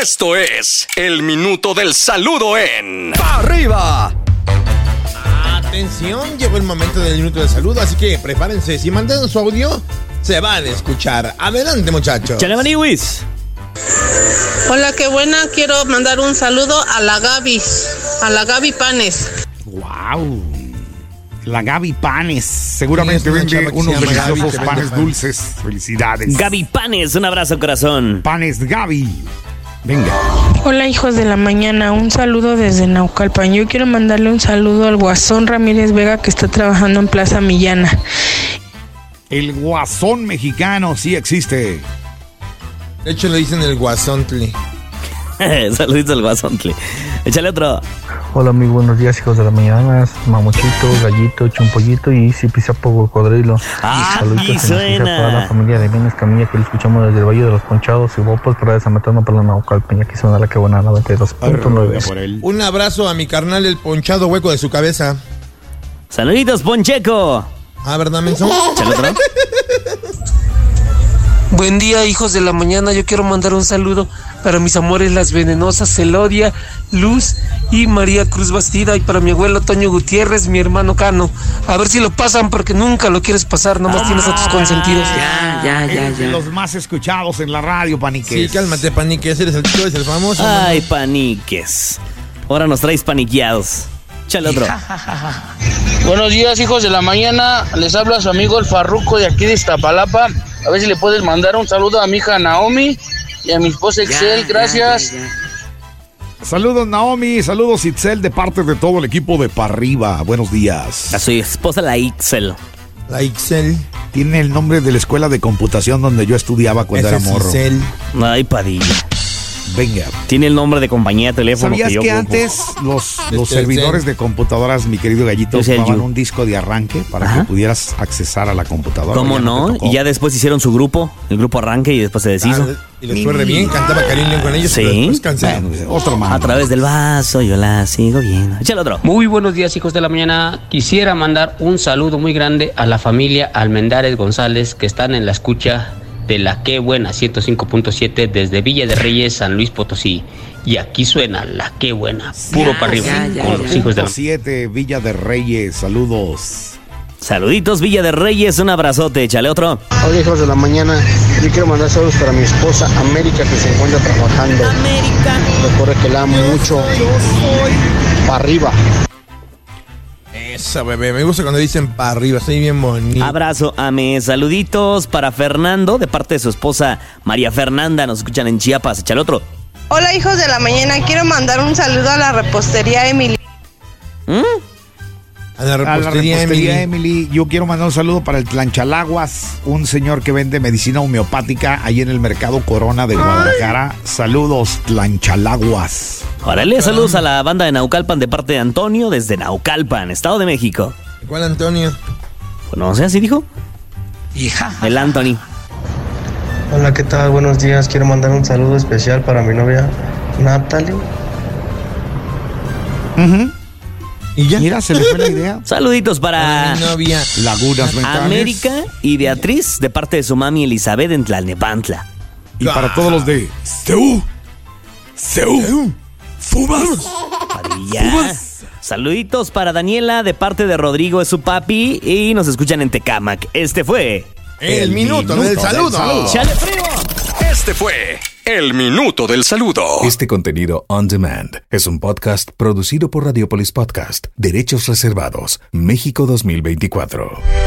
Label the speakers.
Speaker 1: Esto es el minuto del saludo en Pa' arriba.
Speaker 2: Atención, llegó el momento del minuto de saludo, así que prepárense. Si mandan su audio, se van a escuchar. Adelante, muchachos.
Speaker 3: Chalemaniwis.
Speaker 4: Hola, qué buena. Quiero mandar un saludo a la Gaby, a la Gaby Panes.
Speaker 5: ¡Wow! La Gaby Panes. Seguramente
Speaker 2: una
Speaker 5: vende
Speaker 2: chava que
Speaker 5: unos
Speaker 2: se llama Gaby
Speaker 5: deliciosos
Speaker 2: que vende
Speaker 5: panes
Speaker 2: pan.
Speaker 5: dulces. Felicidades.
Speaker 3: Gaby Panes, un abrazo, corazón.
Speaker 5: Panes Gaby. Venga.
Speaker 6: Hola hijos de la mañana, un saludo desde Naucalpan. Yo quiero mandarle un saludo al Guasón Ramírez Vega que está trabajando en Plaza Millana.
Speaker 5: El guasón mexicano sí existe.
Speaker 2: De hecho, le dicen el guasontli.
Speaker 3: Saluditos al guasón. Tle. Échale otro.
Speaker 7: Hola, muy buenos días, hijos de la mañana. Mamuchito, gallito, chumpollito y sipisapo cocodrilo.
Speaker 3: Ah,
Speaker 7: Saluditos
Speaker 3: sí
Speaker 7: en especial
Speaker 3: suena.
Speaker 7: a toda la familia de Menes Camilla que lo escuchamos desde el Valle de los Conchados y Guapos para desametrarnos para la Naucalpan. Y aquí suena la que buena 92.9.
Speaker 2: Un abrazo a mi carnal, el ponchado hueco de su cabeza.
Speaker 3: Saluditos, Poncheco.
Speaker 2: Ah, ¿verdad, menso?
Speaker 3: Échale otro.
Speaker 8: Buen día, hijos de la mañana. Yo quiero mandar un saludo para mis amores, las venenosas Elodia, Luz y María Cruz Bastida. Y para mi abuelo Toño Gutiérrez, mi hermano Cano. A ver si lo pasan porque nunca lo quieres pasar. Nomás tienes a tus consentidos.
Speaker 5: Ya,
Speaker 8: ya, ya, ya.
Speaker 5: Los más escuchados en la radio, panique.
Speaker 2: Sí, cálmate, panique. Ese eres el chico, eres el famoso.
Speaker 3: Ay, paniques. Ahora nos traes paniqueados. Échale otro.
Speaker 9: Buenos días, hijos de la mañana. Les habla su amigo el Farruco de aquí de Iztapalapa. A ver si le puedes mandar un saludo a mi hija Naomi y a mi esposa Excel. Gracias.
Speaker 5: Saludos, Naomi. Saludos, Itzel, de parte de todo el equipo de Parriba. Buenos
Speaker 3: A
Speaker 5: días.
Speaker 3: su esposa, la Ixel.
Speaker 2: La Ixel.
Speaker 5: Tiene el nombre de la escuela de computación donde yo estudiaba cuando
Speaker 2: Ese
Speaker 5: era
Speaker 2: es
Speaker 5: morro.
Speaker 2: Ixel.
Speaker 3: Ay, Padilla.
Speaker 5: Venga.
Speaker 3: Tiene el nombre de compañía de teléfono
Speaker 5: ¿Sabías
Speaker 3: que
Speaker 5: que,
Speaker 3: yo ocupo.
Speaker 5: antes los, los
Speaker 2: Este,
Speaker 5: servidores
Speaker 2: Zen.
Speaker 5: de computadoras, mi querido gallito,
Speaker 3: Es el
Speaker 5: usaban
Speaker 3: You.
Speaker 5: un disco de arranque para
Speaker 3: Ajá.
Speaker 5: que pudieras accesar a la computadora?
Speaker 3: ¿Cómo
Speaker 5: Ya te
Speaker 3: no?
Speaker 5: tocó.
Speaker 3: Y ya después hicieron su grupo, el grupo Arranque, y después se deshizo.
Speaker 2: Ah, y les fue re bien. Cantaba Karim León con ellos.
Speaker 3: Sí.
Speaker 2: Pero después canceló.
Speaker 5: Bueno, pues, otro más.
Speaker 3: A través del vaso yo la sigo viendo. Échale otro.
Speaker 10: Muy buenos días hijos de la mañana. Quisiera mandar un saludo muy grande a la familia Almendares González que están en la escucha de la Qué Buena 105.7 desde Villa de Reyes, San Luis Potosí. Y aquí suena la Qué Buena, puro para arriba, con los hijos de la
Speaker 5: 7, Villa de Reyes, saludos.
Speaker 3: Saluditos, Villa de Reyes, un abrazote, échale otro.
Speaker 9: Hola, hijos de la mañana. Yo quiero mandar saludos para mi esposa América que se encuentra trabajando.
Speaker 3: América.
Speaker 9: Recuerda que la amo mucho. Para arriba.
Speaker 2: Esa, bebé. Me gusta cuando dicen para arriba. Soy bien bonito.
Speaker 3: Abrazo, ame. Saluditos para Fernando, de parte de su esposa María Fernanda. Nos escuchan en Chiapas, échale otro.
Speaker 4: Hola, hijos de la mañana. Quiero mandar un saludo a la repostería Emily.
Speaker 3: ¿Mm?
Speaker 2: A la
Speaker 5: A la
Speaker 2: repostería,
Speaker 5: repostería
Speaker 2: pues, Emily.
Speaker 5: Emily. yo quiero mandar un saludo para el Tlanchalaguas, un señor que vende medicina homeopática ahí en el mercado Corona de Guadalajara. Saludos, Tlanchalaguas.
Speaker 3: Órale, saludos a la banda de Naucalpan de parte de Antonio desde Naucalpan, Estado de México.
Speaker 2: ¿Cuál, Antonio?
Speaker 3: Pues no sé, así dijo. El Anthony.
Speaker 7: Hola, ¿qué tal? Buenos días. Quiero mandar un saludo especial para mi novia Natalie.
Speaker 2: Y ya.
Speaker 5: Mira, se le Ah. fue la idea.
Speaker 3: Saluditos para
Speaker 2: Mi novia.
Speaker 5: Lagunas Ventanas.
Speaker 3: América y Beatriz de parte de su mami Elizabeth en Tlalnepantla.
Speaker 5: Y para todos los de Seú, Seú, Fubas.
Speaker 3: Padilla. Saluditos para Daniela de parte de Rodrigo, es su papi, y nos escuchan en Tecamac. Este fue.
Speaker 2: El minuto del saludo.
Speaker 3: ¡Chale primo!
Speaker 1: Este fue el minuto del saludo.
Speaker 11: Este contenido on demand es un podcast producido por Radiopolis Podcast, Derechos Reservados, México 2024.